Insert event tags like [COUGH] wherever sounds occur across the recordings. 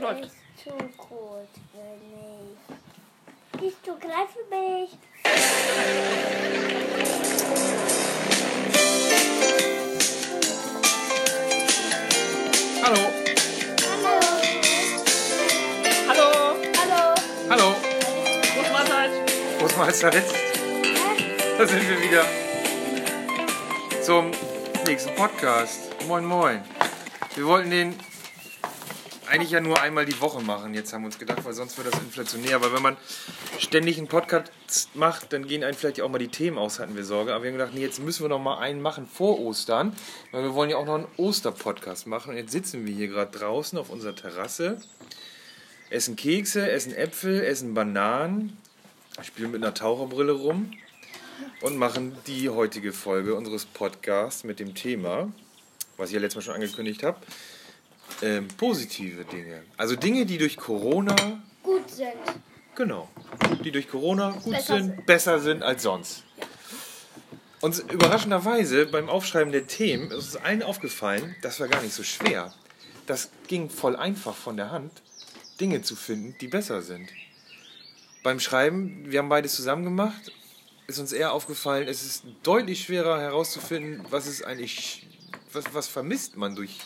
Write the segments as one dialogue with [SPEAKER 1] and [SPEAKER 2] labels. [SPEAKER 1] läuft.
[SPEAKER 2] Ist zu gut für mich. Bist du gleich für mich?
[SPEAKER 1] Hallo.
[SPEAKER 2] Hallo.
[SPEAKER 1] Hallo.
[SPEAKER 2] Hallo.
[SPEAKER 1] Hallo. Guten Mahlzeit.
[SPEAKER 3] Große Mahlzeit. [LAUGHS] Da sind wir wieder zum nächsten Podcast. Moin, moin. Wir wollten den eigentlich ja nur einmal die Woche machen, jetzt haben wir uns gedacht, weil sonst wird das inflationär. Weil wenn man ständig einen Podcast macht, dann gehen einem vielleicht auch mal die Themen aus, hatten wir Sorge. Aber wir haben gedacht, nee, jetzt müssen wir noch mal einen machen vor Ostern, weil wir wollen ja auch noch einen Osterpodcast machen. Und jetzt sitzen wir hier gerade draußen auf unserer Terrasse, essen Kekse, essen Äpfel, essen Bananen, spielen mit einer Taucherbrille rum und machen die heutige Folge unseres Podcasts mit dem Thema, was ich ja letztes Mal schon angekündigt habe, ähm, positive Dinge. Also Dinge, die durch Corona,
[SPEAKER 2] Gut sind.
[SPEAKER 3] genau, die durch Corona gut
[SPEAKER 2] Besser
[SPEAKER 3] sind, besser sind als sonst. Und überraschenderweise beim Aufschreiben der Themen ist uns allen aufgefallen, das war gar nicht so schwer. Das ging voll einfach von der Hand, Dinge zu finden, die besser sind. Beim Schreiben, wir haben beides zusammen gemacht, ist uns eher aufgefallen, es ist deutlich schwerer herauszufinden, was ist eigentlich, was, was vermisst man durch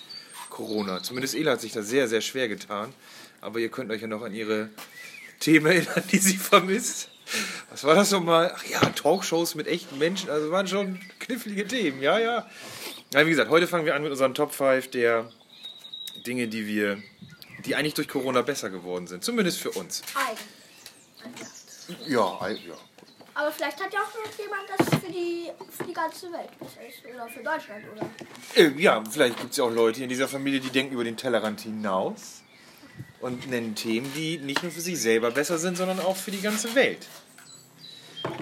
[SPEAKER 3] Corona. Zumindest Ela hat sich da sehr, sehr schwer getan. Aber ihr könnt euch ja noch an ihre Themen erinnern, die sie vermisst. Was war das nochmal? Ach ja, Talkshows mit echten Menschen. Also waren schon knifflige Themen, ja, ja. Ja, wie gesagt, heute fangen wir an mit unserem Top 5 der Dinge, die wir, die eigentlich durch Corona besser geworden sind. Zumindest für uns.
[SPEAKER 4] Eigen.
[SPEAKER 3] Ja, ja.
[SPEAKER 4] Aber vielleicht hat ja auch noch jemand das für die, für die ganze Welt besser ist. Oder für Deutschland, oder?
[SPEAKER 3] Äh, Ja, vielleicht gibt es ja auch Leute in dieser Familie, die denken über den Tellerrand hinaus und nennen Themen, die nicht nur für sich selber besser sind, sondern auch für die ganze Welt.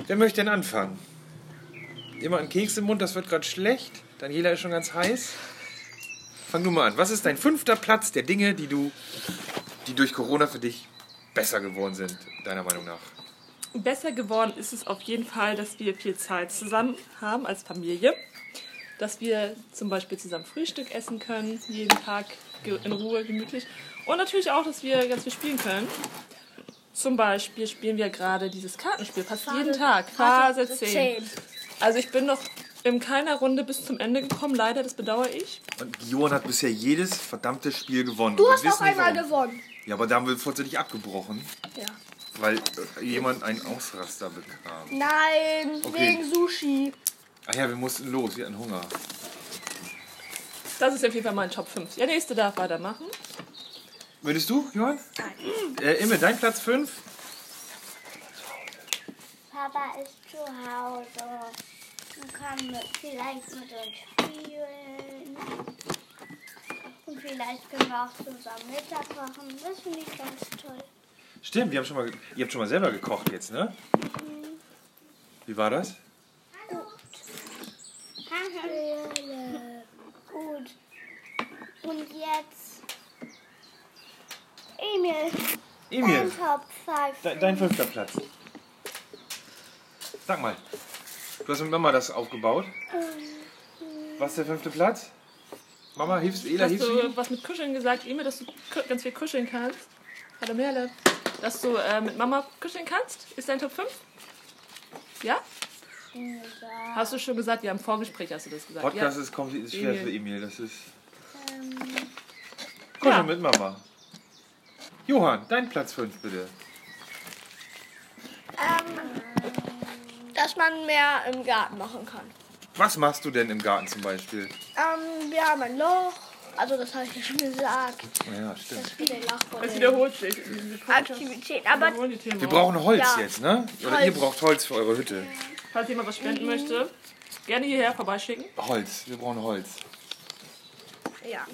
[SPEAKER 3] Wer möchte denn anfangen? Immer ein Keks im Mund, das wird gerade schlecht. Daniela ist schon ganz heiß. Fang du mal an. Was ist dein fünfter Platz der Dinge, die du, die durch Corona für dich besser geworden sind, deiner Meinung nach?
[SPEAKER 1] Besser geworden ist es auf jeden Fall, dass wir viel Zeit zusammen haben als Familie. Dass wir zum Beispiel zusammen Frühstück essen können, jeden Tag ge- in Ruhe, gemütlich. Und natürlich auch, dass wir ganz viel spielen können. Zum Beispiel spielen wir gerade dieses Kartenspiel fast jeden Tag. Phase 10. Also ich bin noch in keiner Runde bis zum Ende gekommen, leider, das bedauere ich.
[SPEAKER 3] Und Johann hat bisher jedes verdammte Spiel gewonnen.
[SPEAKER 4] Du
[SPEAKER 3] Wir
[SPEAKER 4] hast
[SPEAKER 3] wissen
[SPEAKER 4] auch
[SPEAKER 3] nicht,
[SPEAKER 4] einmal
[SPEAKER 3] warum.
[SPEAKER 4] gewonnen.
[SPEAKER 3] Ja, aber da haben wir vollständig abgebrochen.
[SPEAKER 4] Ja.
[SPEAKER 3] Weil äh, jemand einen Ausraster bekam.
[SPEAKER 4] Nein,
[SPEAKER 3] Okay. wegen
[SPEAKER 4] Sushi.
[SPEAKER 3] Ach ja, wir mussten los, wir hatten Hunger.
[SPEAKER 1] Das ist auf jeden Fall mein Top 5. Der nächste darf weitermachen.
[SPEAKER 3] Würdest du, Johann? Nein. Äh, Imme, dein Platz 5?
[SPEAKER 2] Papa ist zu Hause. Du kannst mit, vielleicht mit uns spielen. Und vielleicht können wir auch zusammen Mittag kochen. Das finde ich ganz toll.
[SPEAKER 3] Stimmt, wir haben schon mal, ge- ihr habt schon mal selber gekocht jetzt, ne? Wie war das?
[SPEAKER 2] Gut. Und jetzt. Emil,
[SPEAKER 3] Emil,
[SPEAKER 2] Top 5.
[SPEAKER 3] de dein fünfter Platz. Sag mal, du hast mit Mama das aufgebaut. Was ist der fünfte Platz? Mama, hilfst Ela,
[SPEAKER 1] Hast
[SPEAKER 3] hilfst du?
[SPEAKER 1] du was mit Kuscheln gesagt, Emil, dass du ku- ganz viel kuscheln kannst? Hallo Merle. Dass du äh, mit Mama kuscheln kannst? Ist dein Top 5? Ja? Hast du schon gesagt, ja, im Vorgespräch hast du das gesagt.
[SPEAKER 3] Podcast
[SPEAKER 1] ja.
[SPEAKER 3] ist, kommt, ist schwer
[SPEAKER 1] Emil.
[SPEAKER 3] für Emil, das ist...
[SPEAKER 4] Ähm,
[SPEAKER 3] Komm
[SPEAKER 1] Ja.
[SPEAKER 3] mit Mama. Johann, dein Platz 5 bitte.
[SPEAKER 4] Dass man mehr im Garten machen kann.
[SPEAKER 3] Was machst du denn im Garten zum Beispiel?
[SPEAKER 4] Ähm, wir haben ein Loch. Also, das habe ich ja schon gesagt.
[SPEAKER 3] Ja, stimmt.
[SPEAKER 4] Viele
[SPEAKER 1] Es
[SPEAKER 4] Lachrolle.
[SPEAKER 1] wiederholt sich.
[SPEAKER 4] Aktivitäten. Aber
[SPEAKER 1] Wiederholen die Themen
[SPEAKER 3] Wir
[SPEAKER 1] auch.
[SPEAKER 3] brauchen Holz
[SPEAKER 4] Ja.
[SPEAKER 3] jetzt, ne? Oder ihr
[SPEAKER 4] Holz.
[SPEAKER 3] braucht Holz für eure Hütte.
[SPEAKER 1] Falls jemand was spenden möchte, gerne hierher vorbeischicken.
[SPEAKER 3] Holz, wir brauchen Holz.
[SPEAKER 4] ja.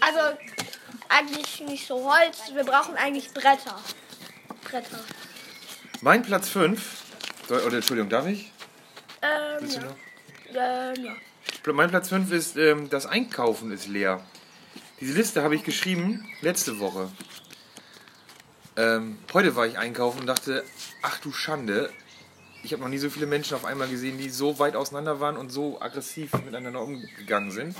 [SPEAKER 4] Also, eigentlich nicht so Holz. Wir brauchen eigentlich Bretter. Bretter.
[SPEAKER 3] Mein Platz 5, oder Entschuldigung, darf ich?
[SPEAKER 4] Ähm,
[SPEAKER 3] Willst du
[SPEAKER 4] ja.
[SPEAKER 3] noch?
[SPEAKER 4] Ähm, ja.
[SPEAKER 3] Mein Platz 5 ist, ähm, das Einkaufen ist leer. Diese Liste habe ich geschrieben letzte Woche. Ähm, heute war ich einkaufen und dachte, ach du Schande, ich habe noch nie so viele Menschen auf einmal gesehen, die so weit auseinander waren und so aggressiv miteinander umgegangen sind.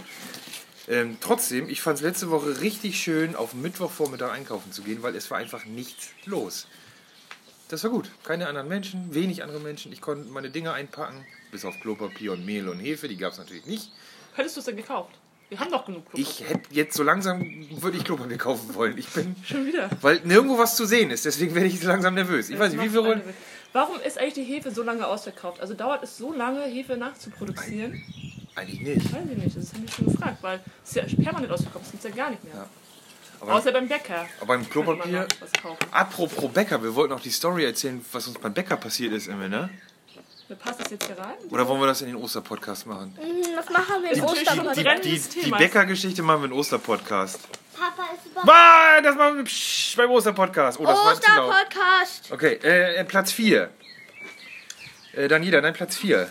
[SPEAKER 3] Ähm, trotzdem, ich fand es letzte Woche richtig schön, auf Mittwochvormittag einkaufen zu gehen, weil es war einfach nichts los. Das war gut. Keine anderen Menschen, wenig andere Menschen. Ich konnte meine Dinge einpacken, bis auf Klopapier und Mehl und Hefe, die gab es natürlich nicht.
[SPEAKER 1] Hättest du es denn gekauft? Wir haben doch genug Klopapier.
[SPEAKER 3] Ich hätte jetzt so langsam, würde ich Klopapier kaufen wollen. Ich bin,
[SPEAKER 1] Schon wieder.
[SPEAKER 3] weil nirgendwo was zu sehen ist, deswegen werde ich so langsam nervös. Ich weiß nicht, wie viel Rollen...
[SPEAKER 1] Warum ist eigentlich die Hefe so lange ausverkauft? Also dauert es so lange, Hefe nachzuproduzieren?
[SPEAKER 3] Eigentlich nicht.
[SPEAKER 1] Weiß ich nicht, das habe ich schon gefragt, weil es ist ja permanent ausverkauft, es gibt ja gar nicht mehr.
[SPEAKER 3] Ja. Aber-
[SPEAKER 1] Außer beim Bäcker.
[SPEAKER 3] Aber beim
[SPEAKER 1] Könnte man
[SPEAKER 3] Klopapier...
[SPEAKER 1] noch Was kaufen.
[SPEAKER 3] Apropos Bäcker, wir wollten auch die Story erzählen, was uns beim Bäcker passiert ist, Emil, ne?
[SPEAKER 1] Da passt das jetzt hier rein?
[SPEAKER 3] Oder wollen wir das in den Osterpodcast machen?
[SPEAKER 4] Was machen wir im
[SPEAKER 1] Natürlich
[SPEAKER 4] Ostern?
[SPEAKER 1] schon
[SPEAKER 3] Die,
[SPEAKER 1] Brennendes
[SPEAKER 3] die, die
[SPEAKER 1] Thema.
[SPEAKER 3] Bäckergeschichte machen wir in den Osterpodcast.
[SPEAKER 2] Papa ist über.
[SPEAKER 3] Mann, das machen wir psch, beim Osterpodcast. Oh, das war zu laut.
[SPEAKER 4] Osterpodcast!
[SPEAKER 3] Okay, äh, Platz 4. Äh, Daniela, dein Platz 4.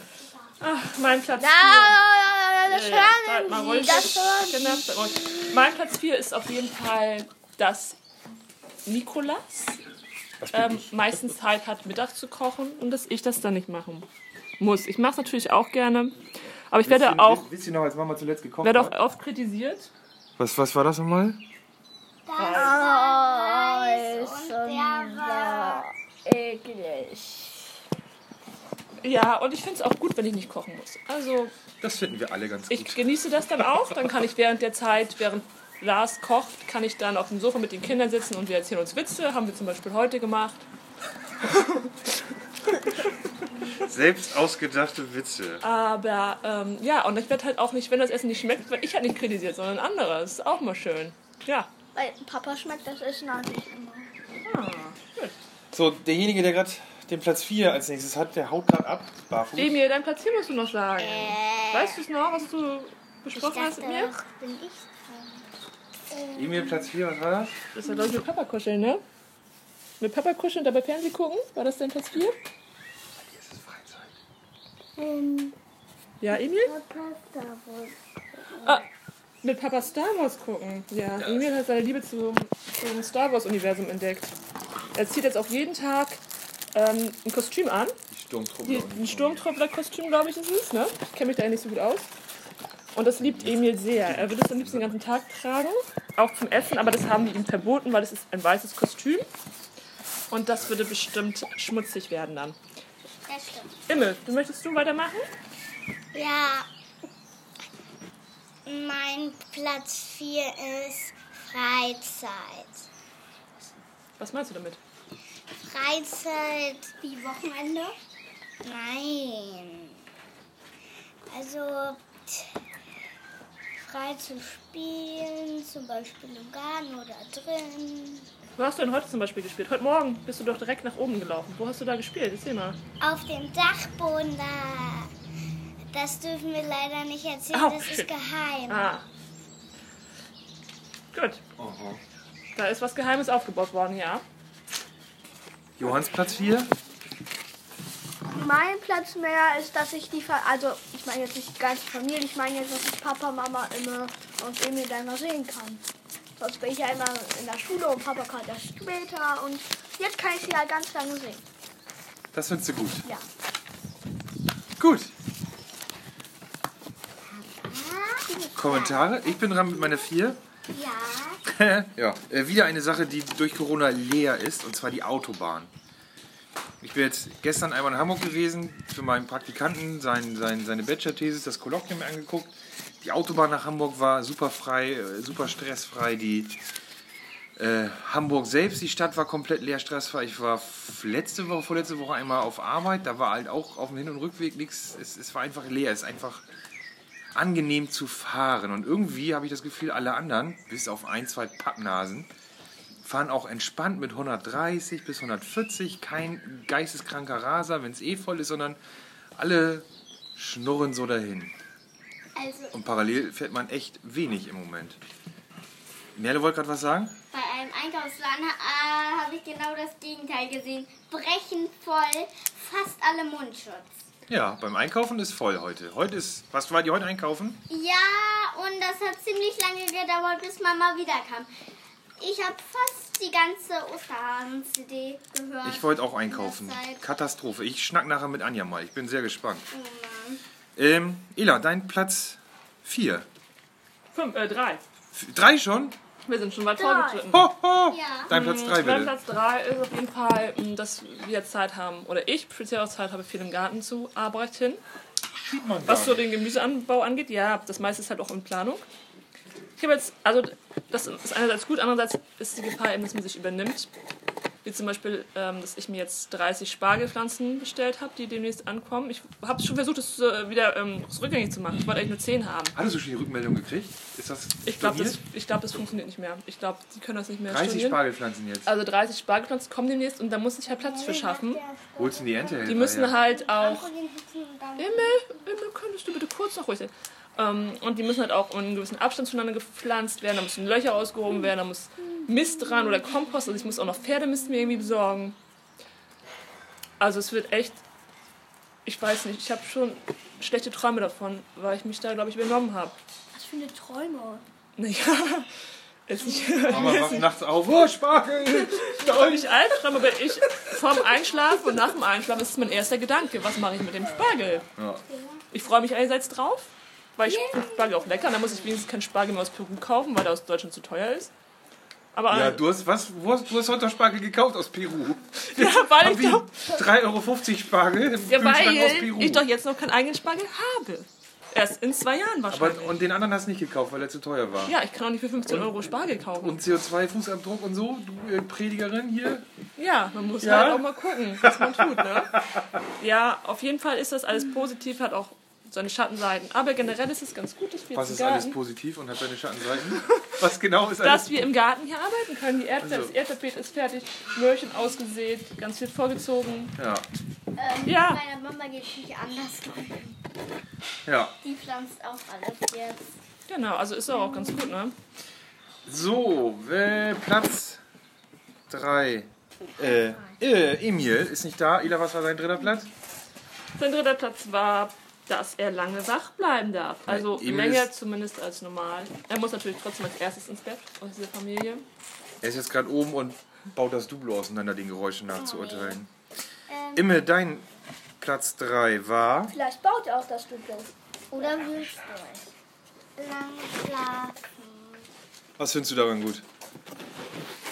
[SPEAKER 1] Mein Platz
[SPEAKER 4] Ah, ah, ah, das
[SPEAKER 1] Ja, ja. Seid mal
[SPEAKER 4] hören
[SPEAKER 1] ruhig.
[SPEAKER 4] Sie. Das hören
[SPEAKER 1] Genau, seid ruhig. Mein Platz 4 ist auf jeden Fall, dass Nikolas ähm, meistens Zeit hat, Mittag zu kochen und dass ich das dann nicht machen muss. Ich mache es natürlich auch gerne, aber ich werde auch,
[SPEAKER 3] Wisst ihr noch, als Mama zuletzt gekocht
[SPEAKER 1] werde auch oft kritisiert.
[SPEAKER 3] Was, was war das nochmal?
[SPEAKER 2] Und der war.
[SPEAKER 4] eklig.
[SPEAKER 1] Ja, und ich finde es auch gut, wenn ich nicht kochen muss. Also
[SPEAKER 3] Das finden wir alle ganz gut.
[SPEAKER 1] ich genieße das dann auch. Dann kann ich während der Zeit, während Lars kocht, kann ich dann auf dem Sofa mit den Kindern sitzen und wir erzählen uns Witze. Haben wir zum Beispiel heute gemacht.
[SPEAKER 3] Selbst ausgedachte Witze.
[SPEAKER 1] Aber ähm, ja, und ich werde halt auch nicht, wenn das Essen nicht schmeckt, werde ich halt nicht kritisiert, sondern andere. Das ist auch mal schön. Ja.
[SPEAKER 4] Weil Papa schmeckt das Essen noch nicht immer.
[SPEAKER 3] So, derjenige, der gerade den Platz 4 als nächstes hat, der haut gerade ab. Barfuß.
[SPEAKER 1] Emil, dein Platz hier musst du noch sagen. Weißt du es noch, was du besprochen hast mit mir?
[SPEAKER 2] Doch, bin ich dran.
[SPEAKER 3] Emil, Platz 4, was war das?
[SPEAKER 1] Das war, glaube ich, mit Papa kuscheln, ne? Mit Papa kuscheln und dabei Fernsehen gucken? War das dein Platz 4?
[SPEAKER 3] Hier ist es Freizeit.
[SPEAKER 2] Ähm,
[SPEAKER 1] Ja, Emil?
[SPEAKER 2] Papa ist da wohl.
[SPEAKER 1] Ah, mit Papa Star Wars gucken. Ja, Emil hat seine Liebe zum, zum Star Wars-Universum entdeckt. Er zieht jetzt auch jeden Tag ähm, ein Kostüm an.
[SPEAKER 3] Die Sturmtruppe.
[SPEAKER 1] Die- Ein Sturmtruppler-Kostüm, glaube ich, ist es. Ne? Ich kenne mich da ja nicht so gut aus. Und das liebt Emil sehr. Er würde es am liebsten den ganzen Tag tragen, auch zum Essen, aber das haben die ihm verboten, weil es ist ein weißes Kostüm. Und das würde bestimmt schmutzig werden dann.
[SPEAKER 2] Das stimmt.
[SPEAKER 1] Imme, du möchtest du weitermachen?
[SPEAKER 2] Ja. Mein Platz 4 ist Freizeit.
[SPEAKER 1] Was meinst du damit?
[SPEAKER 2] Freizeit wie Wochenende? Nein. Also t- frei zu spielen, zum Beispiel im Garten oder drin.
[SPEAKER 1] Wo hast du denn heute zum Beispiel gespielt? Heute Morgen bist du doch direkt nach oben gelaufen. Wo hast du da gespielt? Erzähl mal.
[SPEAKER 2] Auf dem Dachboden da. Das dürfen wir leider nicht erzählen,
[SPEAKER 1] Au,
[SPEAKER 2] das
[SPEAKER 1] shit.
[SPEAKER 2] ist geheim.
[SPEAKER 1] Ah. Gut. Da ist was Geheimes aufgebaut worden, ja.
[SPEAKER 3] Johanns Platz 4?
[SPEAKER 4] Mein Platz mehr ist, dass ich die, Fa- also ich meine jetzt nicht die ganze Familie, ich meine jetzt, dass ich Papa, Mama immer und Emil dann mal sehen kann. Sonst bin ich ja immer in der Schule und Papa kann das später und jetzt kann ich sie ja ganz lange sehen.
[SPEAKER 3] Das findest du gut.
[SPEAKER 4] Ja.
[SPEAKER 3] Gut. Kommentare? Ich bin dran mit meiner 4.
[SPEAKER 2] Ja.
[SPEAKER 3] [LAUGHS] ja. Äh, wieder eine Sache, die durch Corona leer ist, und zwar die Autobahn. Ich bin jetzt gestern einmal in Hamburg gewesen, für meinen Praktikanten sein, sein, seine Bachelor-Thesis, das Kolloquium angeguckt. Die Autobahn nach Hamburg war super frei, äh, super stressfrei. Die äh, Hamburg selbst, die Stadt war komplett leer, stressfrei. Ich war f- letzte Woche, vorletzte Woche einmal auf Arbeit. Da war halt auch auf dem Hin- und Rückweg nichts. Es, es war einfach leer. Es ist einfach angenehm zu fahren. Und irgendwie habe ich das Gefühl, alle anderen, bis auf ein, zwei Pappnasen, fahren auch entspannt mit 130 bis 140. Kein geisteskranker Raser, wenn es eh voll ist, sondern alle schnurren so dahin.
[SPEAKER 2] Also
[SPEAKER 3] Und parallel fährt man echt wenig im Moment. Merle wollte gerade was sagen?
[SPEAKER 2] bei einem Einkaufsladen äh, habe ich genau das Gegenteil gesehen. Brechend voll, fast alle Mundschutz.
[SPEAKER 3] Ja, beim Einkaufen ist voll heute. Heute ist. Was war die heute einkaufen?
[SPEAKER 2] Ja, und das hat ziemlich lange gedauert, bis Mama wiederkam. Ich habe fast die ganze Osterhasen-CD gehört.
[SPEAKER 3] Ich wollte auch einkaufen.
[SPEAKER 2] Ah, Zeit.
[SPEAKER 3] Katastrophe. Ich schnack nachher mit Anja mal. Ich bin sehr gespannt.
[SPEAKER 2] Oh Mann.
[SPEAKER 3] Ähm, Ela, dein Platz 4.
[SPEAKER 1] Fünf, äh, drei.
[SPEAKER 3] Drei schon?
[SPEAKER 1] Wir sind schon weit
[SPEAKER 4] Drei.
[SPEAKER 1] fortgeschritten.
[SPEAKER 3] Ho, ho.
[SPEAKER 2] Ja.
[SPEAKER 3] Dein Platz drei
[SPEAKER 1] Mhm, Mein
[SPEAKER 3] bitte.
[SPEAKER 1] Platz 3 ist auf jeden Fall, mh, dass wir Zeit haben, oder ich speziell auch Zeit habe, viel im Garten zu arbeiten.
[SPEAKER 3] Sieht man
[SPEAKER 1] Was
[SPEAKER 3] gar
[SPEAKER 1] so
[SPEAKER 3] nicht.
[SPEAKER 1] den Gemüseanbau angeht, ja, das meiste ist halt auch in Planung. Ich habe jetzt, also das ist einerseits gut, andererseits ist die Gefahr eben, dass man sich übernimmt. Wie zum Beispiel, ähm, dass ich mir jetzt 30 Spargelpflanzen bestellt habe, die demnächst ankommen. Ich habe schon versucht, das äh, wieder ähm, das rückgängig zu machen. Ich wollte eigentlich nur 10 haben.
[SPEAKER 3] Hattest du schon die Rückmeldung gekriegt? Ist das
[SPEAKER 1] Ich glaube,
[SPEAKER 3] storniert?
[SPEAKER 1] das, ich glaub, das funktioniert nicht mehr. Ich glaube, die können das nicht mehr
[SPEAKER 3] 30
[SPEAKER 1] stornieren.
[SPEAKER 3] Spargelpflanzen jetzt.
[SPEAKER 1] Also 30 Spargelpflanzen kommen demnächst und da muss ich halt Platz für schaffen.
[SPEAKER 3] Holst du die Ente
[SPEAKER 1] Die müssen halt auch
[SPEAKER 2] Im
[SPEAKER 1] Himmel, Himmel, könntest du bitte kurz noch ruhig sein? Ähm, und die müssen halt auch in einem gewissen Abstand zueinander gepflanzt werden. Da müssen Löcher ausgehoben werden, da muss Mist ran oder Kompost. Also ich muss auch noch Pferdemist mir irgendwie besorgen. Also es wird echt, ich weiß nicht, ich habe schon schlechte Träume davon, weil ich mich da, glaube ich, übernommen habe.
[SPEAKER 4] Was für eine
[SPEAKER 1] [LAUGHS]
[SPEAKER 4] Träume.
[SPEAKER 1] Naja, ist nicht,
[SPEAKER 3] Mama wacht nachts auf. Oh, Spargel!
[SPEAKER 1] ob ich Albträume, aber ich vorm Einschlafen und nach dem Einschlafen ist mein erster Gedanke, was mache ich mit dem Spargel?
[SPEAKER 3] Ja.
[SPEAKER 1] Ich freue mich einerseits drauf, weil ich finde Spargel auch lecker. Und dann muss ich wenigstens keinen Spargel mehr aus Peru kaufen, weil der aus Deutschland zu teuer ist. Aber
[SPEAKER 3] Ja, du hast was? Wo hast, du hast heute Spargel gekauft aus Peru.
[SPEAKER 1] ja, [LAUGHS] weil
[SPEAKER 3] Hab
[SPEAKER 1] ich
[SPEAKER 3] ich
[SPEAKER 1] doch,
[SPEAKER 3] 3,50 Euro Spargel im
[SPEAKER 1] ja,
[SPEAKER 3] Kühlschrank aus Peru.
[SPEAKER 1] weil ich doch jetzt noch keinen eigenen Spargel habe. Erst in zwei Jahren wahrscheinlich.
[SPEAKER 3] Aber, und den anderen hast du nicht gekauft, weil er zu teuer war.
[SPEAKER 1] ja, ich kann auch nicht für 15 Euro Spargel kaufen.
[SPEAKER 3] Und CO2-Fußabdruck und so, du äh, Predigerin hier.
[SPEAKER 1] Ja, man muss
[SPEAKER 3] Ja?
[SPEAKER 1] halt auch mal gucken, was man tut, ne? Ja, auf jeden Fall ist das alles positiv, hat auch seine Schattenseiten. Aber generell ist es ganz gut, dass wir
[SPEAKER 3] Was
[SPEAKER 1] jetzt
[SPEAKER 3] ist
[SPEAKER 1] im
[SPEAKER 3] alles
[SPEAKER 1] Garten-
[SPEAKER 3] positiv und hat seine Schattenseiten? [LAUGHS] Was genau ist alles?
[SPEAKER 1] dass wir im Garten hier arbeiten können. Die Erdbe
[SPEAKER 3] Also.
[SPEAKER 1] Das Erdbeet ist fertig, Möhrchen ausgesät, ganz viel vorgezogen.
[SPEAKER 3] Ja,
[SPEAKER 2] Ähm,
[SPEAKER 1] Ja.
[SPEAKER 2] Meiner Mama geht nicht anders.
[SPEAKER 3] ja.
[SPEAKER 2] Die pflanzt auch alles jetzt.
[SPEAKER 1] Genau, also ist auch ganz gut, ne?
[SPEAKER 3] So, äh, Platz 3. Äh, äh, Emil ist nicht da. Ila, was war sein dritter Platz?
[SPEAKER 1] Sein dritter Platz war, dass er lange wach bleiben darf. Also
[SPEAKER 3] Emil
[SPEAKER 1] länger
[SPEAKER 3] ist-
[SPEAKER 1] zumindest als normal. Er muss natürlich trotzdem als erstes ins Bett aus dieser Familie.
[SPEAKER 3] Er ist jetzt gerade oben und baut das Dublo auseinander, den Geräuschen nachzuurteilen. Imme, dein Platz 3 war.
[SPEAKER 4] Vielleicht baut er auch das Duplo.
[SPEAKER 2] Oder willst du es? Lang schlafen.
[SPEAKER 3] Was findest du daran gut?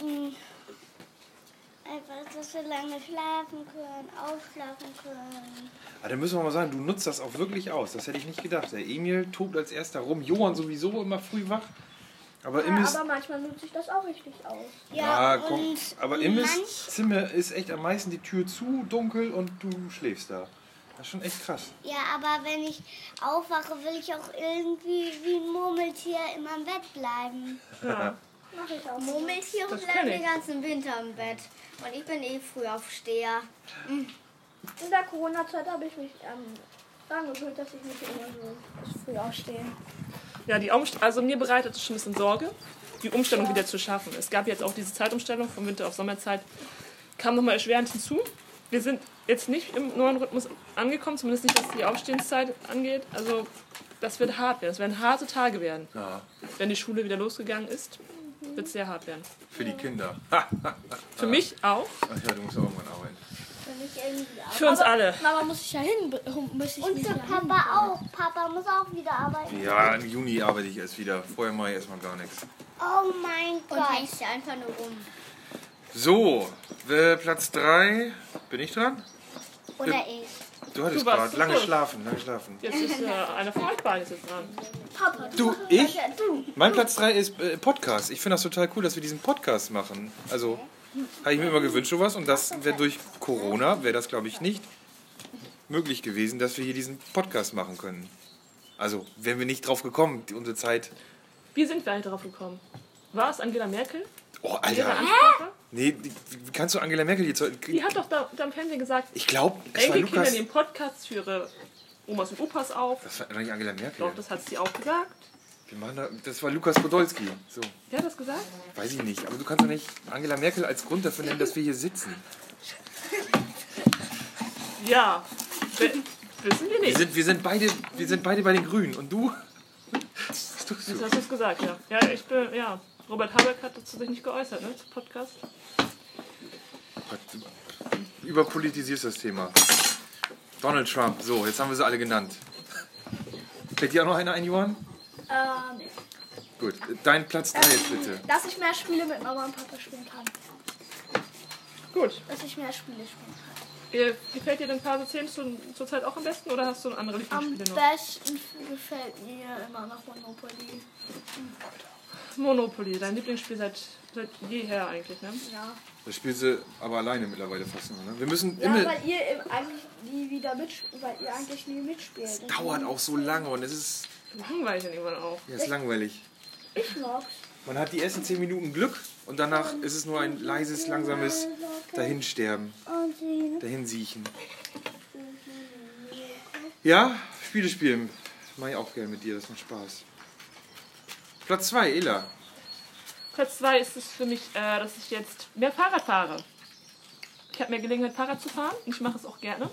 [SPEAKER 2] Mhm. Einfach, dass wir lange schlafen können, ausschlafen können.
[SPEAKER 3] Ah, dann müssen wir mal sagen, du nutzt das auch wirklich aus. Das hätte ich nicht gedacht. Der Emil tobt als erster rum. Johann sowieso immer früh wach. Aber Imme
[SPEAKER 4] Ja,
[SPEAKER 3] ist.
[SPEAKER 4] aber manchmal nutze ich das auch richtig aus.
[SPEAKER 3] Ja, komm.
[SPEAKER 2] und
[SPEAKER 3] Aber
[SPEAKER 2] manch-
[SPEAKER 3] Immes Zimmer ist echt am meisten die Tür zu, dunkel und du schläfst da. Das ist schon echt krass.
[SPEAKER 2] Ja, aber wenn ich aufwache, will ich auch irgendwie wie ein Murmeltier immer im Bett bleiben.
[SPEAKER 1] Ja.
[SPEAKER 4] Mach ich auch.
[SPEAKER 5] Murmeltiere
[SPEAKER 1] Das kenn
[SPEAKER 5] bleiben
[SPEAKER 1] ich.
[SPEAKER 5] den ganzen Winter im Bett. Und ich bin eh früh aufsteher.
[SPEAKER 4] In der Corona-Zeit habe ich mich ähm, daran gewöhnt, dass ich mich immer so bis früh aufstehe.
[SPEAKER 1] Ja, die Umst also mir bereitet es schon ein bisschen Sorge, die Umstellung wieder zu schaffen. Es gab jetzt auch diese Zeitumstellung von Winter auf Sommerzeit, kam nochmal erschwerend hinzu. Wir sind jetzt nicht im neuen Rhythmus angekommen, zumindest nicht was die Aufstehenszeit angeht. Also das wird hart werden. Es werden harte Tage werden.
[SPEAKER 3] Ja,
[SPEAKER 1] Wenn die Schule wieder losgegangen ist, wird es sehr hart werden.
[SPEAKER 3] für die Kinder. [LAUGHS]
[SPEAKER 1] Für mich auch,
[SPEAKER 3] Ach ja, du musst auch irgendwann arbeiten.
[SPEAKER 2] Für mich irgendwie auch.
[SPEAKER 1] für uns alle.
[SPEAKER 4] Mama muss ich ja hin, be- muss ich
[SPEAKER 2] Und
[SPEAKER 4] mich
[SPEAKER 2] für
[SPEAKER 4] ja hin.
[SPEAKER 2] Papa auch. Papa muss auch wieder arbeiten.
[SPEAKER 3] Ja, im Juni arbeite ich erst wieder. Vorher mache ich erstmal gar nichts.
[SPEAKER 2] Oh mein
[SPEAKER 5] Und
[SPEAKER 2] Gott.
[SPEAKER 5] hängst einfach nur rum.
[SPEAKER 3] So, äh, Platz 3. Bin ich dran?
[SPEAKER 2] Oder ich.
[SPEAKER 3] Du hattest
[SPEAKER 1] Du warst
[SPEAKER 3] gerade
[SPEAKER 1] zu
[SPEAKER 3] lange
[SPEAKER 1] kurz.
[SPEAKER 3] schlafen, lange schlafen.
[SPEAKER 1] Jetzt ist äh, einer von euch beiden ist jetzt dran.
[SPEAKER 4] Papa,
[SPEAKER 3] Du, ich?
[SPEAKER 4] ja, du.
[SPEAKER 3] Mein Platz 3 ist äh, Podcast. Ich finde das total cool, dass wir diesen Podcast machen. Also, habe ich mir immer gewünscht, sowas. Und das wäre durch Corona, wäre das, glaube ich, nicht möglich gewesen, dass wir hier diesen Podcast machen können. Also, wären wir nicht drauf gekommen, die, unsere Zeit.
[SPEAKER 1] Wie sind wir eigentlich darauf gekommen? War es Angela Merkel?
[SPEAKER 3] Oh,
[SPEAKER 1] Ihre
[SPEAKER 3] Alter.
[SPEAKER 1] Ansprache?
[SPEAKER 3] Nee, die- wie kannst du Angela Merkel hier Zeug.
[SPEAKER 1] Die hat doch da, da im Fernsehen gesagt,
[SPEAKER 3] Ich glaube, es war
[SPEAKER 1] Enkelkinder
[SPEAKER 3] Lukas.
[SPEAKER 1] nehmen Podcasts für ihre Omas und Opas auf.
[SPEAKER 3] Das war doch nicht Angela Merkel.
[SPEAKER 1] Doch, das hat sie auch gesagt.
[SPEAKER 3] Wir machen da, das war Lukas Podolski. So,
[SPEAKER 1] Wer hat das gesagt?
[SPEAKER 3] weiß ich nicht. Aber du kannst doch nicht Angela Merkel als Grund dafür nennen, dass wir hier sitzen.
[SPEAKER 1] Ja. W wissen wir
[SPEAKER 3] Wir
[SPEAKER 1] nicht.
[SPEAKER 3] sind, wir sind, beide, wir sind beide bei den Grünen. Und du? Was tust
[SPEAKER 1] Jetzt
[SPEAKER 3] du?
[SPEAKER 1] hast du es gesagt, ja. Ja, ich bin, ja. Robert Habeck hat dazu sich nicht geäußert, ne, zum Podcast.
[SPEAKER 3] Du Überpolitisierst das Thema. Donald Trump. So, jetzt haben wir sie alle genannt. Fällt dir auch noch einer ein, Johann?
[SPEAKER 4] Ähm,
[SPEAKER 3] Gut, dein Platz 3 jetzt bitte.
[SPEAKER 4] Dass ich mehr Spiele mit Mama und Papa spielen kann.
[SPEAKER 1] Gut.
[SPEAKER 4] Dass ich mehr Spiele spielen kann.
[SPEAKER 1] Äh, Gefällt dir denn Phase 10 schon zurzeit auch am besten oder hast du andere
[SPEAKER 4] Am
[SPEAKER 1] Lieblingsspiele noch?
[SPEAKER 4] besten gefällt mir immer noch Monopoly.
[SPEAKER 1] Monopoly, dein Lieblingsspiel seit, seit jeher eigentlich, ne?
[SPEAKER 4] Ja.
[SPEAKER 3] Das spielst du aber alleine mittlerweile fast nur, ne? Wir müssen
[SPEAKER 4] Ja,
[SPEAKER 3] immer.
[SPEAKER 4] weil ihr im- eigentlich nie wieder mitspielt, weil ihr eigentlich nie mitspielt. Und
[SPEAKER 3] Dauert auch so lange und es ist.
[SPEAKER 1] Langweilig dann irgendwann auch.
[SPEAKER 3] Ja, es ist langweilig.
[SPEAKER 4] Ich mag's.
[SPEAKER 3] Man hat die ersten 10 Minuten Glück und danach ist es nur ein leises, langsames Dahinsterben.
[SPEAKER 2] Und sie
[SPEAKER 3] Dahinsiechen. Ja, Spiele spielen. Mach ich auch gerne mit dir, das macht Spaß. Platz 2, Ela.
[SPEAKER 1] Platz 2 ist es für mich, äh, dass ich jetzt mehr Fahrrad fahre. Ich habe mehr Gelegenheit, Fahrrad zu fahren und ich mache es auch gerne.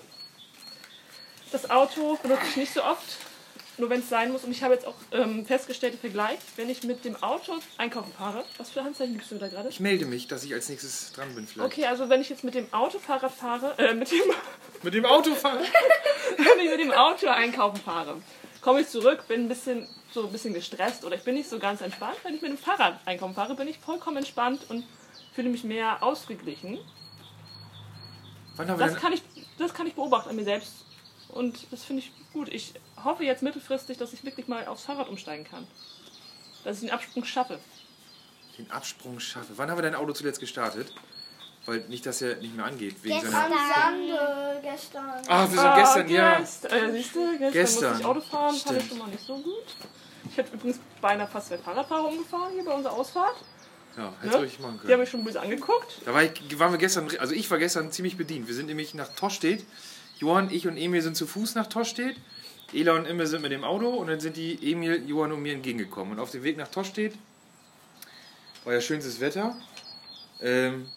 [SPEAKER 1] Das Auto benutze ich nicht so oft, nur wenn es sein muss. Und ich habe jetzt auch ähm, festgestellt, im Vergleich, wenn ich mit dem Auto einkaufen fahre, was für Handzeichen gibst du mir da gerade?
[SPEAKER 3] Ich melde mich, dass ich als nächstes dran bin vielleicht.
[SPEAKER 1] Okay, also wenn ich jetzt mit dem Auto Fahrrad fahre, äh, mit dem, [LAUGHS]
[SPEAKER 3] Mit dem Auto fahren.
[SPEAKER 1] wenn ich mit dem Auto einkaufen fahre, komme ich zurück, bin ein bisschen, so ein bisschen gestresst oder ich bin nicht so ganz entspannt. Wenn ich mit dem Fahrrad einkaufen fahre, bin ich vollkommen entspannt und fühle mich mehr ausgeglichen.
[SPEAKER 3] Wann haben wir
[SPEAKER 1] Das
[SPEAKER 3] denn,
[SPEAKER 1] kann ich, das kann ich beobachten an mir selbst. Und das finde ich gut. Ich hoffe jetzt mittelfristig, dass ich wirklich mal aufs Fahrrad umsteigen kann. Dass ich den Absprung schaffe.
[SPEAKER 3] den Absprung schaffe? Wann haben wir dein Auto zuletzt gestartet? Weil nicht, dass er nicht mehr angeht. Wegen
[SPEAKER 2] Gestern.
[SPEAKER 3] seiner.
[SPEAKER 4] Sande gestern.
[SPEAKER 3] Ach, wir
[SPEAKER 1] Ah,
[SPEAKER 3] sind gestern, ja.
[SPEAKER 1] gest- äh, siehst du, gestern,
[SPEAKER 3] Gestern.
[SPEAKER 1] musste ich Auto fahren, fand
[SPEAKER 3] Stimmt.
[SPEAKER 1] ich schon mal nicht so gut. Ich hätte übrigens beinahe fast zwei Fahrradfahrer umgefahren hier bei unserer Ausfahrt.
[SPEAKER 3] Ja, hättest
[SPEAKER 1] Ne?
[SPEAKER 3] du ruhig machen
[SPEAKER 1] Die haben
[SPEAKER 3] können.
[SPEAKER 1] mich schon böse angeguckt.
[SPEAKER 3] Da war ich, waren wir gestern, also ich war gestern ziemlich bedient. Wir sind nämlich nach Tostedt. Johann, ich und Emil sind zu Fuß nach Tostedt. Ela und Imme sind mit dem Auto und dann sind die Emil, Johann und mir entgegengekommen. Und auf dem Weg nach Tostedt war ja schönstes Wetter. Ähm,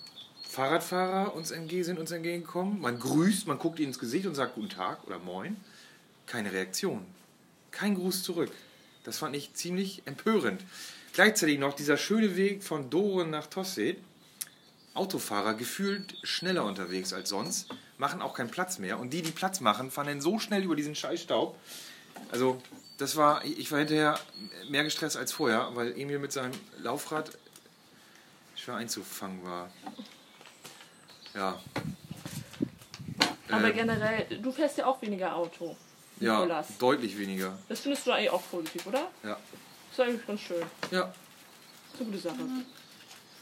[SPEAKER 3] Fahrradfahrer uns entge sind uns entgegengekommen. Man grüßt, man guckt ihnen ins Gesicht und sagt Guten Tag oder Moin. Keine Reaktion. Kein Gruß zurück. Das fand ich ziemlich empörend. Gleichzeitig noch dieser schöne Weg von Doren nach Tostedt. Autofahrer gefühlt schneller unterwegs als sonst, machen auch keinen Platz mehr. Und die, die Platz machen, fahren dann so schnell über diesen Scheißstaub. Also, das war, ich war hinterher mehr gestresst als vorher, weil Emil mit seinem Laufrad schwer einzufangen war. Ja.
[SPEAKER 1] Aber
[SPEAKER 3] Ähm,
[SPEAKER 1] generell, du fährst ja auch weniger Auto.
[SPEAKER 3] ja,
[SPEAKER 1] Nicolas.
[SPEAKER 3] deutlich weniger.
[SPEAKER 1] Das findest du eigentlich auch positiv, oder?
[SPEAKER 3] Ja.
[SPEAKER 1] Das ist eigentlich ganz schön.
[SPEAKER 3] ja.
[SPEAKER 1] Das ist eine gute Sache.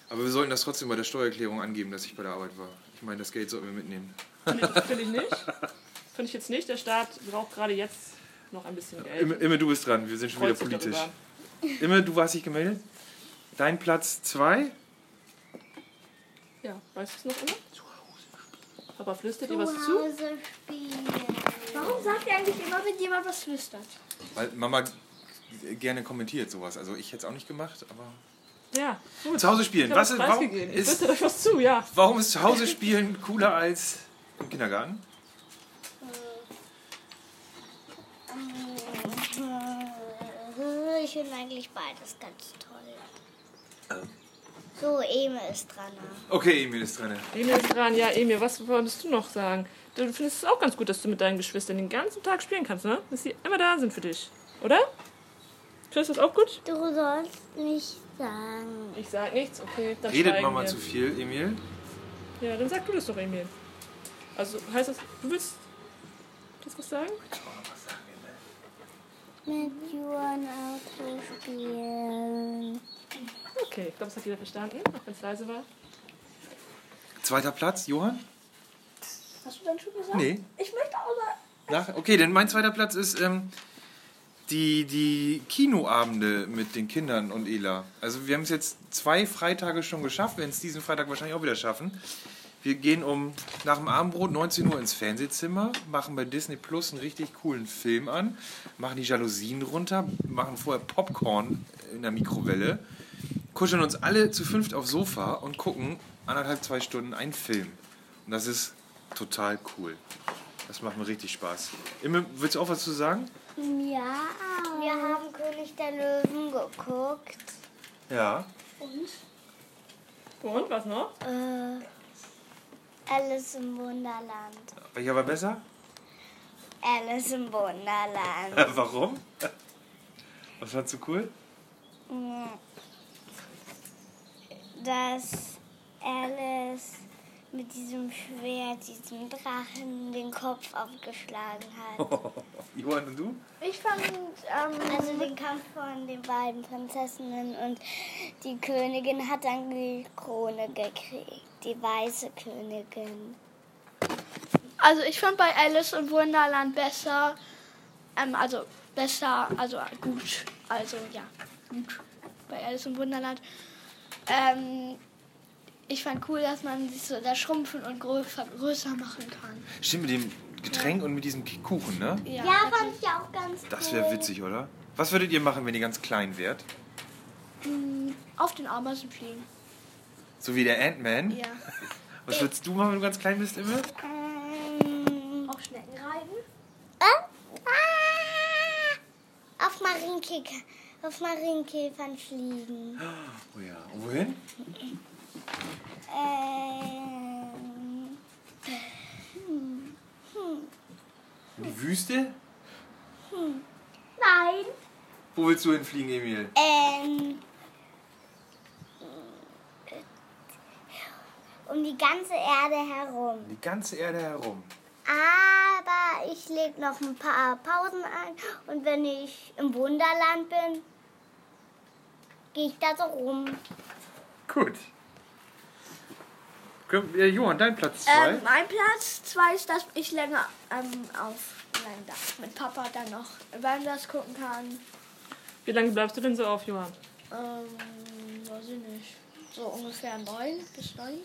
[SPEAKER 3] Aber wir sollten das trotzdem bei der Steuererklärung angeben, dass ich bei der Arbeit war. Ich meine, das Geld sollten wir mitnehmen.
[SPEAKER 1] Finde ich, find ich nicht. Finde ich jetzt nicht. Der Staat braucht gerade jetzt noch ein bisschen Geld.
[SPEAKER 3] Immer, immer du bist dran, wir sind schon wieder
[SPEAKER 1] Freut sich
[SPEAKER 3] politisch.
[SPEAKER 1] darüber.
[SPEAKER 3] Immer, du warst nicht gemeldet. Dein Platz 2.
[SPEAKER 1] Ja, weißt du es noch immer? Papa flüstert dir
[SPEAKER 2] zu
[SPEAKER 1] was zu?
[SPEAKER 2] Hause spielen.
[SPEAKER 4] Warum sagt ihr eigentlich immer, wenn jemand was flüstert?
[SPEAKER 3] Weil Mama g- gerne kommentiert sowas. Also ich hätte es auch nicht gemacht, aber.
[SPEAKER 1] Ja, gut.
[SPEAKER 3] Zu Hause
[SPEAKER 1] Ich
[SPEAKER 3] spielen.
[SPEAKER 1] hab
[SPEAKER 3] Was
[SPEAKER 1] es
[SPEAKER 3] ist, warum,
[SPEAKER 1] preisgegeben. Ich
[SPEAKER 3] ist,
[SPEAKER 1] flüstert euch was zu, ja.
[SPEAKER 3] warum ist zu Hause spielen cooler als im Kindergarten?
[SPEAKER 2] Mhm, Ich finde eigentlich beides ganz toll. So, Eme ist dran.
[SPEAKER 3] Okay, Emil ist dran.
[SPEAKER 1] Emil ist dran. Ja, Emil, was wolltest du noch sagen? Du findest es auch ganz gut, dass du mit deinen Geschwistern den ganzen Tag spielen kannst, ne? Dass sie immer da sind für dich, oder? Findest du das auch gut?
[SPEAKER 2] Du sollst nicht sagen.
[SPEAKER 1] Ich sag nichts, okay. Dann
[SPEAKER 3] Redet
[SPEAKER 1] schweigen
[SPEAKER 3] Mama
[SPEAKER 1] wir.
[SPEAKER 3] zu viel, Emil?
[SPEAKER 1] Ja, dann sag du das doch, Emil. Also, heißt das, du willst das was sagen?
[SPEAKER 2] Mit Juan Auto spielen.
[SPEAKER 1] Okay, ich glaube, das hat jeder verstanden, auch wenn es leise war.
[SPEAKER 3] Zweiter Platz, Johann?
[SPEAKER 4] Hast du dann schon gesagt?
[SPEAKER 3] Nee.
[SPEAKER 4] Ich möchte auch mal.
[SPEAKER 3] Nach, okay, denn mein zweiter Platz ist ähm, die, die Kinoabende mit den Kindern und Ela. Also wir haben es jetzt zwei Freitage schon geschafft, werden es diesen Freitag wahrscheinlich auch wieder schaffen. Wir gehen um nach dem Abendbrot 19 Uhr ins Fernsehzimmer, machen bei Disney Plus einen richtig coolen Film an, machen die Jalousien runter, machen vorher Popcorn in der Mikrowelle, kuscheln uns alle zu fünft aufs Sofa und gucken anderthalb, zwei Stunden einen Film. Und das ist total cool. Das macht mir richtig Spaß. Imme, willst du auch was zu sagen?
[SPEAKER 2] Ja.
[SPEAKER 5] Wir haben König der Löwen geguckt.
[SPEAKER 3] Ja.
[SPEAKER 1] Und was noch?
[SPEAKER 2] Äh, Alice im Wunderland.
[SPEAKER 3] Welcher war besser?
[SPEAKER 5] Alice im Wunderland.
[SPEAKER 3] Warum? Was fandst du cool?
[SPEAKER 2] dass Alice mit diesem Schwert, diesem Drachen, den Kopf abgeschlagen hat.
[SPEAKER 3] Johann und du?
[SPEAKER 4] Ich fand, ähm,
[SPEAKER 2] Also den Kampf von den beiden Prinzessinnen und die Königin hat dann die Krone gekriegt, die weiße Königin.
[SPEAKER 4] also ich fand bei Alice im Wunderland besser, ähm, also besser, also gut, also ja, gut bei Alice im Wunderland. Ähm, ich fand cool, dass man sich so da schrumpfen und größer, größer machen kann.
[SPEAKER 3] Stimmt, mit dem Getränk und mit diesem Kuchen, ne?
[SPEAKER 2] Ja, fand ich auch ganz
[SPEAKER 3] Das wäre witzig, oder? Was würdet ihr machen, wenn ihr ganz klein wärt?
[SPEAKER 4] Auf den Ameisen fliegen.
[SPEAKER 3] So wie der Ant-Man?
[SPEAKER 4] Ja.
[SPEAKER 3] Was würdest du machen, wenn du ganz klein bist, immer?
[SPEAKER 2] Ähm,
[SPEAKER 4] Auf Schnecken reiten.
[SPEAKER 2] äh? ah, auf Marienkäfer, auf Marienkäfern fliegen.
[SPEAKER 3] Oh ja. Und wohin?
[SPEAKER 2] Ähm,
[SPEAKER 3] In die Wüste?
[SPEAKER 2] nein.
[SPEAKER 3] Wo willst du hinfliegen, Emil?
[SPEAKER 2] Ähm, um die ganze Erde herum.
[SPEAKER 3] Die ganze Erde herum.
[SPEAKER 2] Aber ich lege noch ein paar Pausen ein und wenn ich im Wunderland bin, gehe ich da so rum.
[SPEAKER 3] Gut. Können- äh, Johann, dein Platz zwei.
[SPEAKER 4] Ähm, mein Platz zwei ist, dass ich länger ähm, auf mein Dach mit Papa dann noch beim das gucken kann.
[SPEAKER 1] Wie lange bleibst du denn so auf, Johann?
[SPEAKER 4] Ähm, weiß ich nicht. So ungefähr neun bis neun.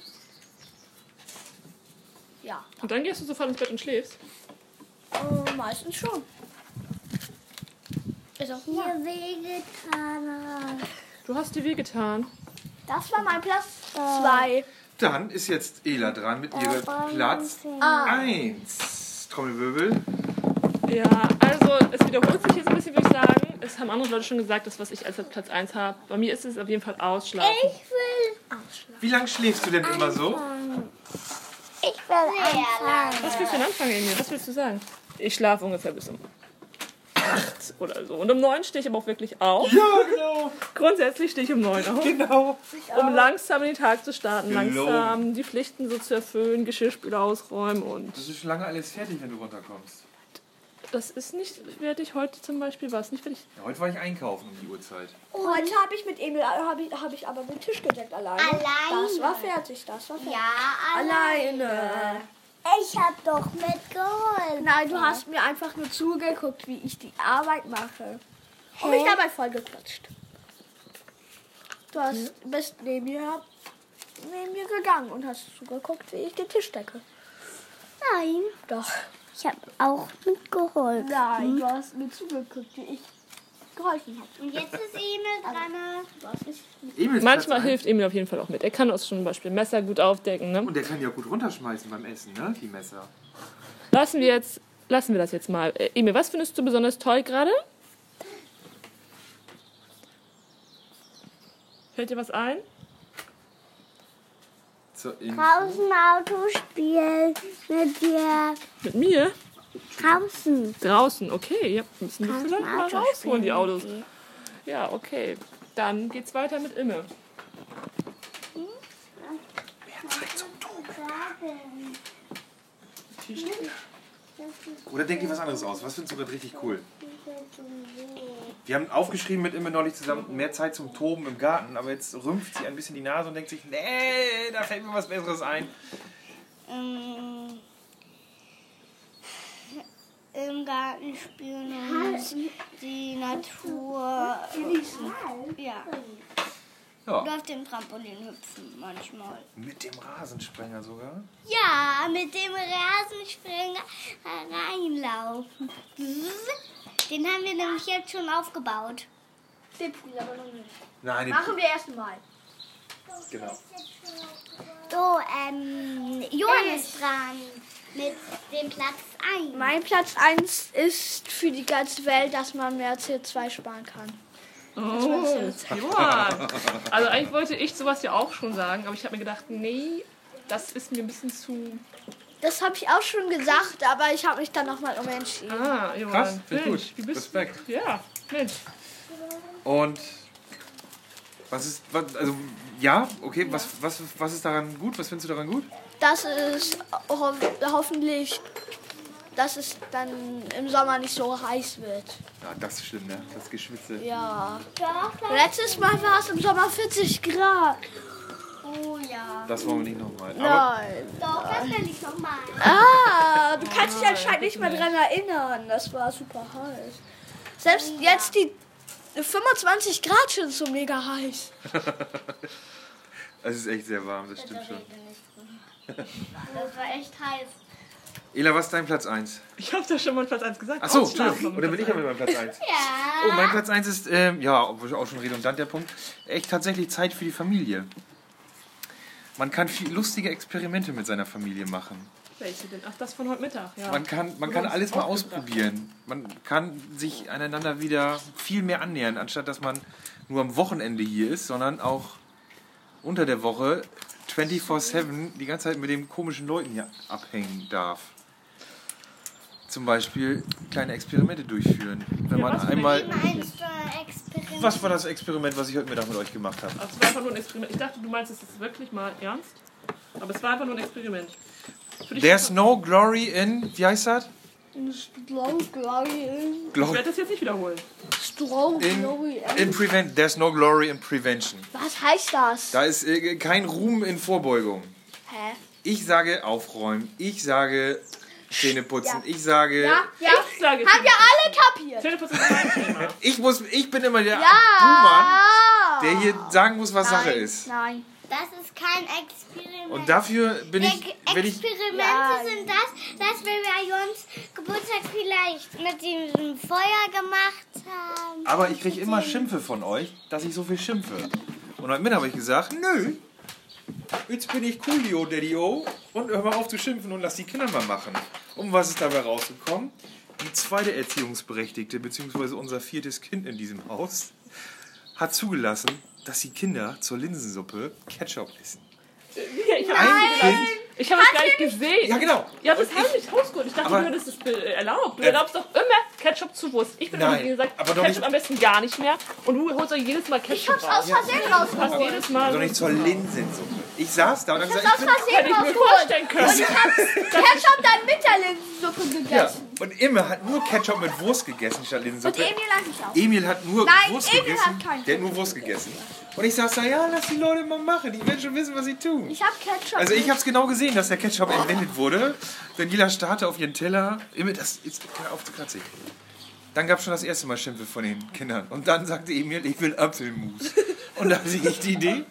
[SPEAKER 4] Ja,
[SPEAKER 1] Und dann gehst du sofort ins Bett und schläfst?
[SPEAKER 4] äh, meistens schon. Ist auch
[SPEAKER 2] Ihr
[SPEAKER 4] cool.
[SPEAKER 2] Vegetaner.
[SPEAKER 1] Du hast dir wehgetan.
[SPEAKER 4] Das war mein Platz äh, zwei.
[SPEAKER 3] Dann ist jetzt Ela dran mit ihrem
[SPEAKER 2] ähm,
[SPEAKER 3] Platz
[SPEAKER 4] Ah,
[SPEAKER 3] eins. Trommelwirbel.
[SPEAKER 1] Ja, also es wiederholt sich jetzt ein bisschen, würde ich sagen. Es haben andere Leute schon gesagt, das, was ich als Platz 1 habe. Bei mir ist es auf jeden Fall Ausschlafen.
[SPEAKER 2] Ich will,
[SPEAKER 3] Wie lange schläfst du denn immer so?
[SPEAKER 2] ich will anfangen.
[SPEAKER 1] Was willst du denn anfangen, Emil? Was willst du sagen? Ich schlafe ungefähr bis um 8 oder so. Und um 9 stehe ich aber auch wirklich auf.
[SPEAKER 3] Ja, genau.
[SPEAKER 1] Grundsätzlich stehe ich um 9 auf.
[SPEAKER 3] Genau.
[SPEAKER 1] Um langsam in den Tag zu starten,
[SPEAKER 3] Gelogen.
[SPEAKER 1] langsam die Pflichten so zu erfüllen, Geschirrspüler ausräumen und
[SPEAKER 3] Das ist schon lange alles fertig, wenn du runterkommst.
[SPEAKER 1] das ist nicht fertig. Heute zum Beispiel war es nicht fertig.
[SPEAKER 3] Ja, heute war ich einkaufen um die Uhrzeit.
[SPEAKER 4] heute habe ich mit Emil, habe ich, hab ich aber den Tisch gedeckt alleine.
[SPEAKER 2] Alleine.
[SPEAKER 4] Das war fertig, das war fertig.
[SPEAKER 2] Ja,
[SPEAKER 4] Alleine.
[SPEAKER 2] ich hab doch mitgeholfen.
[SPEAKER 4] Nein, du hast mir einfach nur zugeguckt, wie ich die Arbeit mache. Und mich dabei vollgeklatscht. Du hast,
[SPEAKER 2] Hm?
[SPEAKER 4] bist neben mir, neben mir gegangen und hast zugeguckt, wie ich den Tisch decke.
[SPEAKER 2] Nein,
[SPEAKER 4] Doch.
[SPEAKER 2] ich hab auch mitgeholfen. Hm?
[SPEAKER 4] Nein, du hast mir zugeguckt, wie ich geholfen Also. habe.
[SPEAKER 2] Und jetzt ist Emil dran.
[SPEAKER 4] Du hast nicht.
[SPEAKER 3] Emils
[SPEAKER 1] Manchmal
[SPEAKER 3] Platz eins.
[SPEAKER 1] hilft Emil auf jeden Fall auch mit. Er kann uns zum Beispiel Messer gut aufdecken. Ne?
[SPEAKER 3] Und der kann ja gut runterschmeißen beim Essen, ne? Die Messer.
[SPEAKER 1] Lassen wir jetzt, lassen wir das jetzt mal. Äh, Emil, was findest du besonders toll gerade? Fällt dir was ein?
[SPEAKER 3] Zur Info.
[SPEAKER 2] Draußen Auto spielen mit dir.
[SPEAKER 1] Mit mir?
[SPEAKER 2] Draußen.
[SPEAKER 1] Draußen, okay. Ja, müssen wir vielleicht mal
[SPEAKER 2] Auto
[SPEAKER 1] rausholen, die
[SPEAKER 2] spielen
[SPEAKER 1] Autos.
[SPEAKER 2] mit dir.
[SPEAKER 1] Ja, okay. Dann geht's weiter mit Imme.
[SPEAKER 3] Oder denk dir was anderes aus. Was findest du gerade richtig cool? Wir haben aufgeschrieben mit Imme neulich zusammen mehr Zeit zum Toben im Garten, aber jetzt rümpft sie ein bisschen die Nase und denkt sich, nee, da fällt mir was Besseres ein.
[SPEAKER 2] Ähm, Im Garten spielen und die Natur. Ja. Oder
[SPEAKER 3] Ja.
[SPEAKER 2] auf dem Trampolin hüpfen manchmal.
[SPEAKER 3] Mit dem Rasensprenger sogar.
[SPEAKER 2] Ja, mit dem Rasensprenger reinlaufen. Den haben wir nämlich jetzt schon aufgebaut.
[SPEAKER 4] Den Pool aber noch nicht.
[SPEAKER 3] Nein, den
[SPEAKER 4] Machen wir erst mal.
[SPEAKER 3] genau.
[SPEAKER 2] So, ähm, Johann ist dran mit dem Platz 1.
[SPEAKER 4] Mein Platz 1 ist für die ganze Welt, dass man mehr CO2 sparen kann.
[SPEAKER 1] Oh, Johann. Also eigentlich wollte ich sowas ja auch schon sagen, aber ich habe mir gedacht, nee, das ist mir ein bisschen zu...
[SPEAKER 4] Das habe ich auch schon gesagt, aber ich habe mich dann nochmal umentschieden.
[SPEAKER 1] Ah, Johann.
[SPEAKER 3] Krass, finde ich
[SPEAKER 1] Mensch,
[SPEAKER 3] gut.
[SPEAKER 1] Wie bist
[SPEAKER 3] Respekt.
[SPEAKER 1] du? Ja, Mensch.
[SPEAKER 3] Und Was ist, was, also, ja, okay, Was, was, was ist daran gut? Was findest du daran gut?
[SPEAKER 4] Das ist ho hoffentlich, dass es dann im Sommer nicht so heiß wird.
[SPEAKER 3] Ja, das ist schlimm, ne? Das Geschwitze.
[SPEAKER 4] Ja.
[SPEAKER 2] Doch, doch.
[SPEAKER 4] Letztes Mal war es im Sommer 40 Grad.
[SPEAKER 5] Oh ja.
[SPEAKER 3] Das wollen wir nicht nochmal. Aber
[SPEAKER 4] Nein.
[SPEAKER 2] Doch, das will ich nochmal.
[SPEAKER 4] Ah, du kannst dich anscheinend nicht mehr dran erinnern. Das war super heiß. Selbst jetzt die 25 Grad schon so mega heiß.
[SPEAKER 3] es ist echt sehr warm, das stimmt
[SPEAKER 5] Da
[SPEAKER 3] schon.
[SPEAKER 5] rede nicht drüber. Das war echt heiß.
[SPEAKER 3] Ela, was ist dein Platz 1?
[SPEAKER 1] Ich habe da schon mal Platz 1 gesagt.
[SPEAKER 3] Achso,
[SPEAKER 1] Ausschlafen
[SPEAKER 3] Entschuldigung.
[SPEAKER 1] am
[SPEAKER 3] Und dann bin ich
[SPEAKER 1] Platz
[SPEAKER 3] ja mit meinem Platz 1.
[SPEAKER 2] Ja.
[SPEAKER 3] Oh, mein Platz 1 ist, ähm, ja, obwohl auch schon redundant der Punkt, echt tatsächlich Zeit für die Familie. Man kann viel lustige Experimente mit seiner Familie machen.
[SPEAKER 1] eins. Welche denn? Ach, das von heute Mittag, ja.
[SPEAKER 3] Man kann, man kann alles mal ausprobieren. Man kann sich aneinander wieder viel mehr annähern, anstatt dass man nur am Wochenende hier ist, sondern auch unter der Woche 24-7 die ganze Zeit mit den komischen Leuten hier abhängen darf. Zum Beispiel kleine Experimente durchführen. Wenn man
[SPEAKER 1] was für
[SPEAKER 3] einmal.
[SPEAKER 2] Meinst du ein Experiment?
[SPEAKER 3] Was war das Experiment, was ich heute Mittag mit euch gemacht habe?
[SPEAKER 1] Ach, Also, es war einfach nur ein Experiment. Ich dachte, du meinst, es ist wirklich mal ernst. Aber es war einfach nur ein Experiment. Für dich-
[SPEAKER 3] There's no glory in, wie heißt das?
[SPEAKER 4] Strong Glory.
[SPEAKER 1] Ich
[SPEAKER 3] Glory
[SPEAKER 1] werde das jetzt nicht wiederholen.
[SPEAKER 4] Strong
[SPEAKER 3] in,
[SPEAKER 4] Glory.
[SPEAKER 3] in prevent. There's no glory in prevention.
[SPEAKER 4] Was heißt das?
[SPEAKER 3] Da ist äh, kein Ruhm in Vorbeugung.
[SPEAKER 4] Hä?
[SPEAKER 3] Ich sage aufräumen. Ich sage Zähne putzen.
[SPEAKER 4] Ja.
[SPEAKER 3] Ich sage.
[SPEAKER 4] Ja, ja.
[SPEAKER 1] Ich sage,
[SPEAKER 4] Haben wir alle kapiert.
[SPEAKER 1] 10% ist mein
[SPEAKER 3] [LAUGHS]
[SPEAKER 1] Thema.
[SPEAKER 3] Ich muss. Ich bin immer der
[SPEAKER 4] Ja. Ah.
[SPEAKER 3] Buhmann, der hier sagen muss, was Sache ist.
[SPEAKER 4] Nein.
[SPEAKER 2] Das ist kein Experiment.
[SPEAKER 3] Und dafür bin ich.
[SPEAKER 2] Ex-
[SPEAKER 3] Bin ich
[SPEAKER 2] Experimente
[SPEAKER 4] Ja.
[SPEAKER 2] sind das, das wir bei Jons Geburtstag vielleicht mit diesem Feuer gemacht haben.
[SPEAKER 3] aber ich kriege immer Schimpfe von euch, dass ich so viel schimpfe. Und heute Mittag habe ich gesagt, nö. Jetzt bin ich Coolio, Daddy O. Und hör mal auf zu schimpfen und lass die Kinder mal machen. Um was ist dabei rausgekommen? Die zweite Erziehungsberechtigte, beziehungsweise unser viertes Kind in diesem Haus, hat zugelassen, dass die Kinder zur Linsensuppe Ketchup essen.
[SPEAKER 1] Ich habe
[SPEAKER 3] Ein Kind
[SPEAKER 1] ich hab es gar nicht gesehen.
[SPEAKER 3] Ja, genau.
[SPEAKER 1] Ja, das habe ich rausgeholt. Ich dachte,
[SPEAKER 3] Aber-
[SPEAKER 1] du hättest es be- erlaubt. Du
[SPEAKER 3] Äh,
[SPEAKER 1] erlaubst doch immer Ketchup zu Wurst. Ich bin
[SPEAKER 3] Nein,
[SPEAKER 1] immer gesagt,
[SPEAKER 3] aber doch
[SPEAKER 1] Ketchup
[SPEAKER 3] nicht-
[SPEAKER 1] am besten gar nicht mehr. Und du holst doch jedes Mal Ketchup
[SPEAKER 4] Ich hab's aus Versehen
[SPEAKER 1] Du hast
[SPEAKER 4] rausgeholt.
[SPEAKER 1] jedes Mal.
[SPEAKER 3] Also nicht zur Linsensuppe. Ich saß da und habe gesagt,
[SPEAKER 4] Aus
[SPEAKER 3] ich bin,
[SPEAKER 1] Hätte
[SPEAKER 4] Versehen
[SPEAKER 1] ich mir vorstellen
[SPEAKER 4] rausgeholt.
[SPEAKER 1] können.
[SPEAKER 4] Ketchup dann Winterlinsensuppe
[SPEAKER 3] ja.
[SPEAKER 4] gegessen.
[SPEAKER 3] Und Imme hat nur Ketchup mit Wurst gegessen statt
[SPEAKER 4] Und
[SPEAKER 3] Linsensuppe.
[SPEAKER 4] Emil hat mich auch.
[SPEAKER 3] Emil hat nur
[SPEAKER 4] Nein,
[SPEAKER 3] Wurst
[SPEAKER 4] Emil
[SPEAKER 3] gegessen.
[SPEAKER 4] hat keinen
[SPEAKER 3] der hat nur Wurst gegessen. Und ich saß da, ja, lass die Leute mal machen. Die werden schon wissen, was sie tun.
[SPEAKER 4] Ich hab Ketchup.
[SPEAKER 3] Also ich habe es genau gesehen, dass der Ketchup entwendet wurde. Daniela starrte auf ihren Teller. Emil, das ist hör auf zu kratzig. Dann gab es schon das erste Mal Schimpfe von den Kindern. Und dann sagte Emil, ich will Apfelmus. Und dann hatte ich die Idee,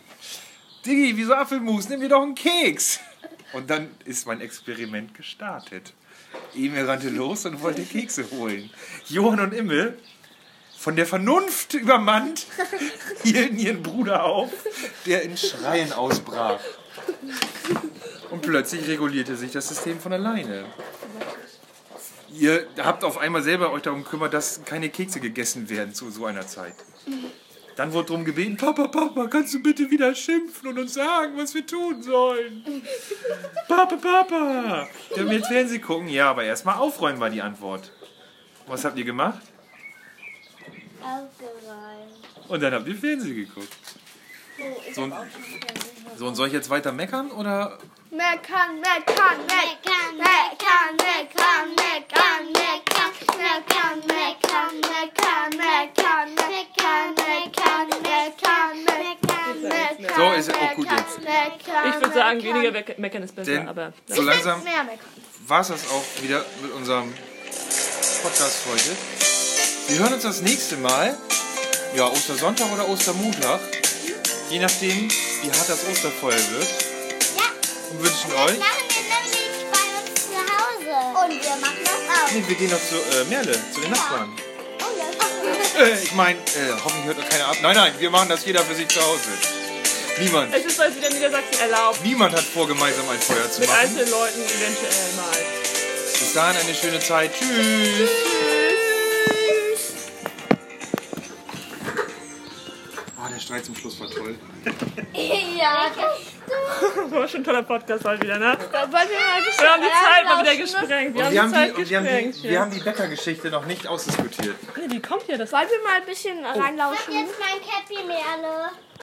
[SPEAKER 3] Diggi, wieso Apfelmus? Nimm dir doch einen Keks. Und dann ist mein Experiment gestartet. Emil rannte los und wollte Kekse holen. Johann und Immel, von der Vernunft übermannt, hielten ihren Bruder auf, der in Schreien ausbrach. Und plötzlich regulierte sich das System von alleine. Ihr habt auf einmal selber euch darum gekümmert, dass keine Kekse gegessen werden zu so einer Zeit. Dann wurde drum gebeten, Papa, Papa, kannst du bitte wieder schimpfen und uns sagen, was wir tun sollen? Papa, Papa, wenn wir jetzt Fernsehen gucken, ja, aber erstmal aufräumen war die Antwort. Was habt ihr gemacht?
[SPEAKER 5] Aufgeräumt.
[SPEAKER 3] Und dann habt ihr Fernsehen geguckt. So, und, so und soll ich jetzt weiter meckern oder
[SPEAKER 4] Meckern, meckern, meckern.
[SPEAKER 2] Meckern, meckern, meckern, meckern, meckern, meckern, meckern, meckern, meckern, meckern, meckern, meckern, meckern, meckern.
[SPEAKER 3] So, ist auch gut jetzt.
[SPEAKER 4] Meckern,
[SPEAKER 1] Ich würde sagen,
[SPEAKER 4] meckern.
[SPEAKER 1] weniger Weck- meckern ist besser.
[SPEAKER 3] Denn
[SPEAKER 1] Aber
[SPEAKER 3] so langsam
[SPEAKER 4] Mehr meckern.
[SPEAKER 3] war es das auch wieder mit unserem Podcast heute. Wir hören uns das nächste Mal. Ja, Ostersonntag oder Ostermontag. Je nachdem, wie hart das Osterfeuer wird. Und wünschen euch.
[SPEAKER 2] Machen wir nämlich bei uns zu Hause.
[SPEAKER 5] Und wir machen das auch.
[SPEAKER 3] Nee, wir gehen noch zu äh, Merle, zu den Nachbarn.
[SPEAKER 2] Oh [LAUGHS] ja.
[SPEAKER 3] Äh, ich meine, äh, hoffentlich hört noch keiner ab. Nein, nein, wir machen das jeder für sich zu Hause. Niemand.
[SPEAKER 1] es ist als wieder in Niedersachsen erlaubt.
[SPEAKER 3] Niemand hat vor, gemeinsam ein Feuer zu
[SPEAKER 1] Mit
[SPEAKER 3] machen.
[SPEAKER 1] einzelnen Leuten eventuell mal.
[SPEAKER 3] Bis dahin eine schöne Zeit. Tschüss. Oh, der Streit zum Schluss war toll.
[SPEAKER 5] Ja,
[SPEAKER 1] Das war schon ein toller Podcast heute wieder, ne?
[SPEAKER 4] Da wollen wir mal
[SPEAKER 1] Wir haben die Zeit mal wieder
[SPEAKER 4] Lauschen,
[SPEAKER 1] gesprengt. Wir
[SPEAKER 3] Und
[SPEAKER 1] haben
[SPEAKER 3] wir
[SPEAKER 1] die
[SPEAKER 3] haben die,
[SPEAKER 1] Zeit
[SPEAKER 3] und wir haben
[SPEAKER 1] gesprengt.
[SPEAKER 3] die, wir haben die Bäckergeschichte noch nicht ausdiskutiert.
[SPEAKER 1] Nee, die kommt ja, das
[SPEAKER 3] Oh.
[SPEAKER 4] Wollen wir mal ein bisschen reinlauschen?
[SPEAKER 2] Jetzt mein Cappy Merle.